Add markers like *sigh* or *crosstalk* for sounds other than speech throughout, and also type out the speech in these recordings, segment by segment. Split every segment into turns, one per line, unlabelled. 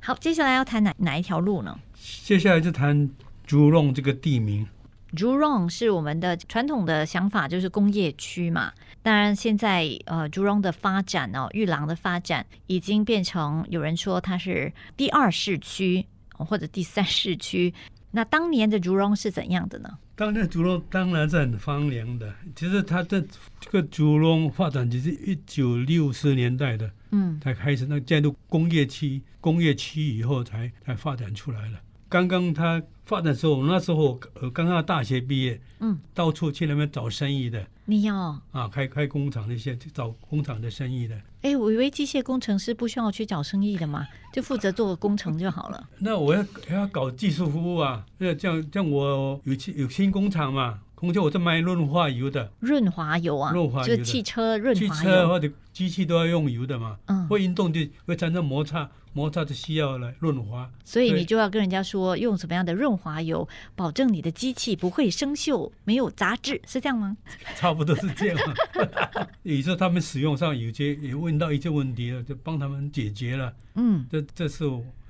好，接下来要谈哪哪一条路呢
接下来就谈竹弄这个地名，
？Jurong 是我们的传统的想法，就是工业区嘛。当然，现在呃，Jurong 的发展哦，玉廊的发展已经变成有人说它是第二市区哦或者第三市区。那当年的 Jurong 是怎样的呢？
当年竹笼当然是很荒凉的。其实它的这个竹笼发展，其实一九六四年代的，
嗯，
才开始那建入工业区，工业区以后才才发展出来了。刚刚它发展的时候，那时候呃刚刚大学毕业，
嗯，
到处去那边找生意的
你要
啊，开开工厂那些找工厂的生意的。
哎，我以为机械工程师不需要去找生意的嘛，就负责做工程就好了。
那我要要搞技术服务啊，那这样这样我有新有新工厂嘛，空间我在卖润滑油的，
润滑油啊，
润滑油
就
的
是汽车润
汽
滑
车
油，啊
或者机器都要用油的嘛，
嗯
会运动就会产生摩擦，摩擦就需要来润滑。 *laughs*
所以
对
你就要跟人家说用什么样的润滑油，保证你的机器不会生锈，没有杂质，是这样吗？
差不多是这样
*laughs*
嘛。也就是他们使用上有些也问到一些问题了，就帮他们解决了。
嗯，
这这是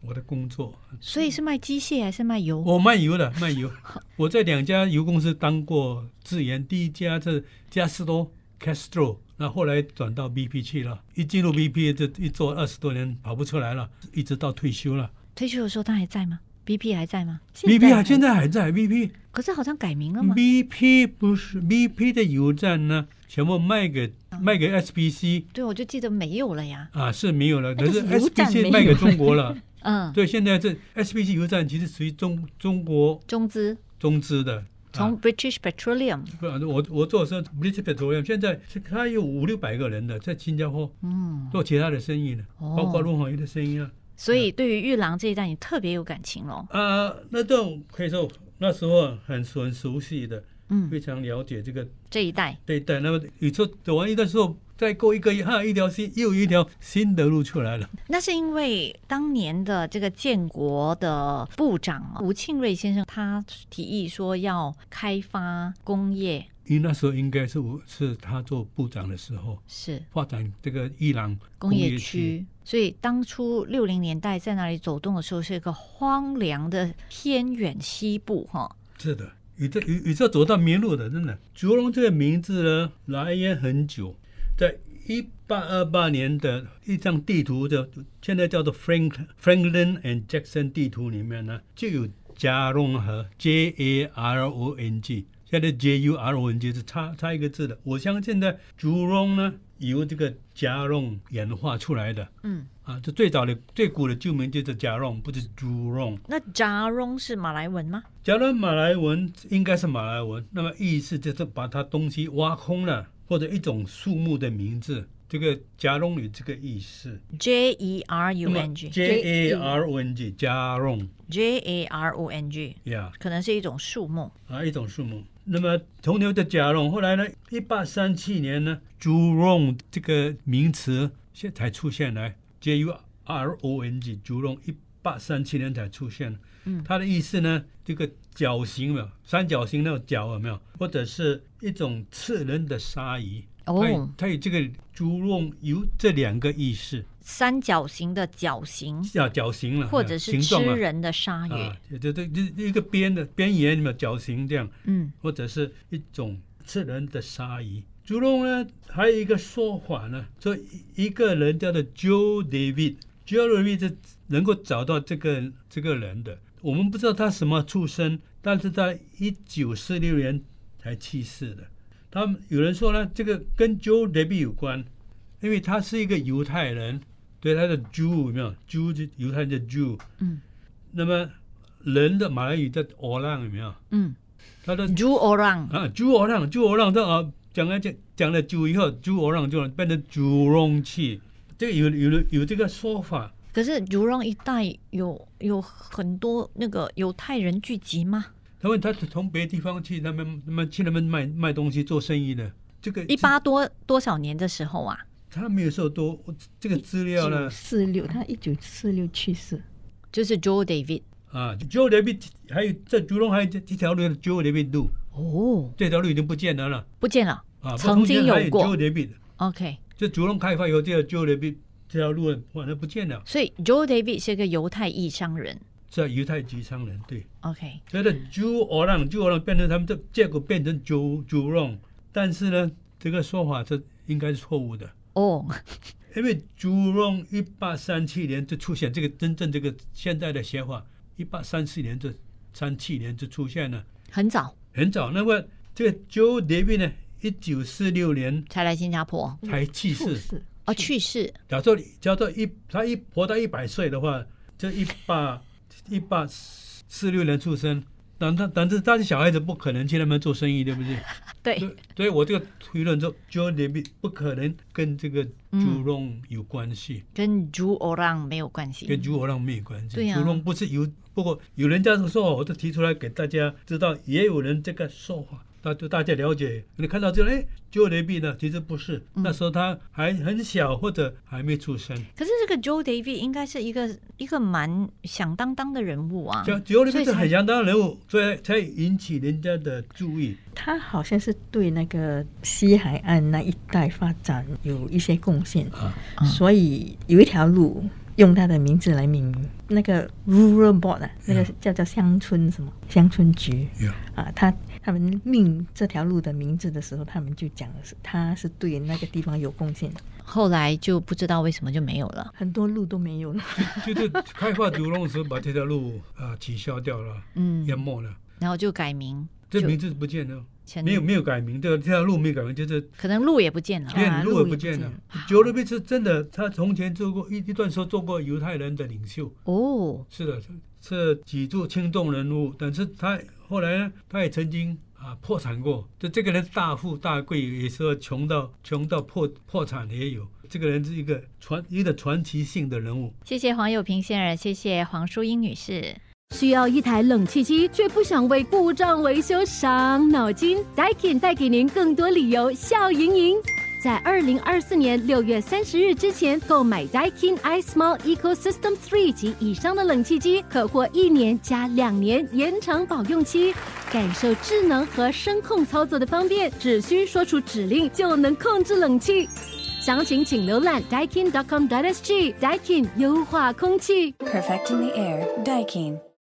我的工作。
所以是卖机械还是卖油？
我卖油的，卖油。我在两家油公司当过职员，第一家是加斯多 Castro，那后来转到 BP 去了。一进入 BP 这一做二十多年，跑不出来了，一直到退休了。
退休的时候他还在吗？BP 还在吗
BP 还现在还在 BP。
可是好像改名了
嗯
嘛。
BP 不是 BP 的油站呢，全部卖给卖给 SBC
对，我就记得没有了呀。
啊是没有了，
那
可是
个哎油站没
SBC
有
卖给中国了。
*laughs* 嗯，
对，现在这 SBC 油站其实属于中中国
中资
中资的。啊
从 British Petroleum，、
不，啊我我做的时候 British Petroleum 现在是它有五六百个人的，在新加坡
嗯，
做其他的生意呢，
哦
包括润滑油的生意啊。
所以对于玉郎这一代你特别有感情喽。
啊，那种可以说那时候很熟很熟悉的，
嗯，
非常了解这个
这一代
对对，那么有时候走完一段之后，再过一个月，还有一条新又一条新的路出来了。
那是因为当年的这个建国的部长啊吴庆瑞先生，他提议说要开发工业，
因为那时候应该是我是他做部长的时候，
是
发展这个伊朗
工业区，所以当初六零年代在那里走动的时候，是一个荒凉的偏远西部哈。
是的，宇宙宇宇宙走到迷路的，真的。竹龙这个名字呢，来源很久，在一八二八年的一张地图的，现在叫做 Frank Franklin and Jackson 地图里面呢，就有加隆河 J A R O N G，现在 J U R O N G 是差差一个字的。我相信呢，竹龙呢由这个加隆演化出来的。
嗯，
啊，这最早的最古的旧名就是加隆，不是竹龙。
那 Jarong 是马来文吗？
假如马来文应该是马来文，那么意思就是把它东西挖空了，或者一种树木的名字，这个加隆有这个意思。
J E R U
那么
N G
嗯 J A R O N G 加隆
J A R O N G，
呀
可能是一种树木。
啊，一种树木。那么铜牛的加隆，后来呢，一八三七年呢，猪隆这个名词现才出现来，J U R O N G 猪隆一八三七年才出现。
嗯
它的意思呢，这个角形有没有三角形那种角有没有，或者是一种刺人的鲨鱼。
哦
它有它有这个猪笼有这两个意思，
三角形的角形，
叫角形了，
或者是
嗯形
吃
状了
人的鲨鱼。
啊，这这这一个边的边沿有没有角形这样，
嗯，
或者是一种吃人的鲨鱼。猪笼呢，还有一个说法呢，说一个人叫做 Joe David，Joe David 是能够找到这个这个人的。我们不知道他什么出身，但是他一九四六年才去世的。他们有人说呢，这个跟 Joe David 有关，因为他是一个犹太人，对他的 Jew 有没有？Jew 就犹太人的 Jew。
嗯。
那么人的马来语叫 Orang 有没有？
嗯
他的
，Ju Orang，
啊，猪鹅浪，猪鹅浪，这啊，讲了讲讲了猪以后，猪鹅浪就变成猪笼器，这个有有有这个说法。
可是如荣一带有有很多那个犹太人聚集吗？
他们他从别的地方去，他们他们去那边卖卖东西做生意的。这个
一八多多少年的时候啊？
他没有说多这个资料呢
四六，他一九四六去世，
就是 Joe David
啊，Joe David 还有在竹龙还有这这条路叫 Joe David 路，
哦，
这条路已经不见了了
不见了，
啊。不过
曾经
中间还
有过
Joe David，
OK，
这竹龙开发以后，这条 Joe David 这条路反而不见了，
所以 Joe David 是个犹太裔商人
在犹太籍商人对。
，OK，
所以的 Jew orang Jew orang 变成他们的结果变成 Jew Jew wrong，但是呢，这个说法是应该是错误的，
哦、 *laughs*
因为 Jew wrong 一八三七年就出现这个真正这个现代的写法，一八三四年就三七年就出现了，
很早
很早。那么这个 Jew David 呢，一九四六年
才来新加坡，
才
猝
去世，
死。
哦，去世，
假设假设一他一活到一百岁的话，就一八一八四六年出生。但他但是但是小孩子不可能去那边做生意，对不对？
对
对，所以我这个推论就 Joe David 不可能跟这个
嗯
猪笼有关系，
跟 Jew orang 没有关系，
跟猪肉没有关系。
对呀
猪笼不是有，不过有人这样说法，我就提出来给大家知道，也有人这个说法。那就大家了解，你看到这个，哎，Joe David 呢，其实不是，那时候他还很小，或者还没出生。
可是这个 Joe David 应该是一个一个蛮响当当的人物啊，
就 Joe
所
David
以
是
才
很相当的人物，所以才引起人家的注意。
他好像是对那个西海岸那一带发展有一些贡献，所以有一条路用他的名字来命名，那个 rural board 啊，那个叫叫乡村什么乡村局
Yeah
啊，他他们命这条路的名字的时候，他们就讲的是他是对那个地方有贡献的，
后来就不知道为什么就没有了，
很多路都没有了。
就是开发猪笼的时候，把这条路啊取消掉了，
嗯，
淹没了，
然后就改名，
这
就
名字不见了。
前
没有没有改名，这个这条路没改名，就是
可能路也不见了，
连
路
路也
也
不
不
见
见
了
了。
九六 b 是真的，他从前做过一一段时候做过犹太人的领袖，
哦，
是的，是脊柱轻重人物，但是他后来呢，他也曾经。啊，破产过，就这个人大富大贵，也是穷到穷到破破产也有。这个人是一个传一个传奇性的人物，
谢谢黄友平先生，谢谢黄淑英女士。
需要一台冷气机，却不想为故障维修伤脑筋？Daikin 带给您更多理由笑盈盈。在二零二四年六月三十日之前购买 Daikin iSmall Ecosystem Three 及以上的冷气机，可获一年加两年延长保用期。感受智能和声控操作的方便，只需说出指令就能控制冷气。详情请浏览 daikin.com.sg。Daikin 优化空气。
Perfecting the air, Daikin.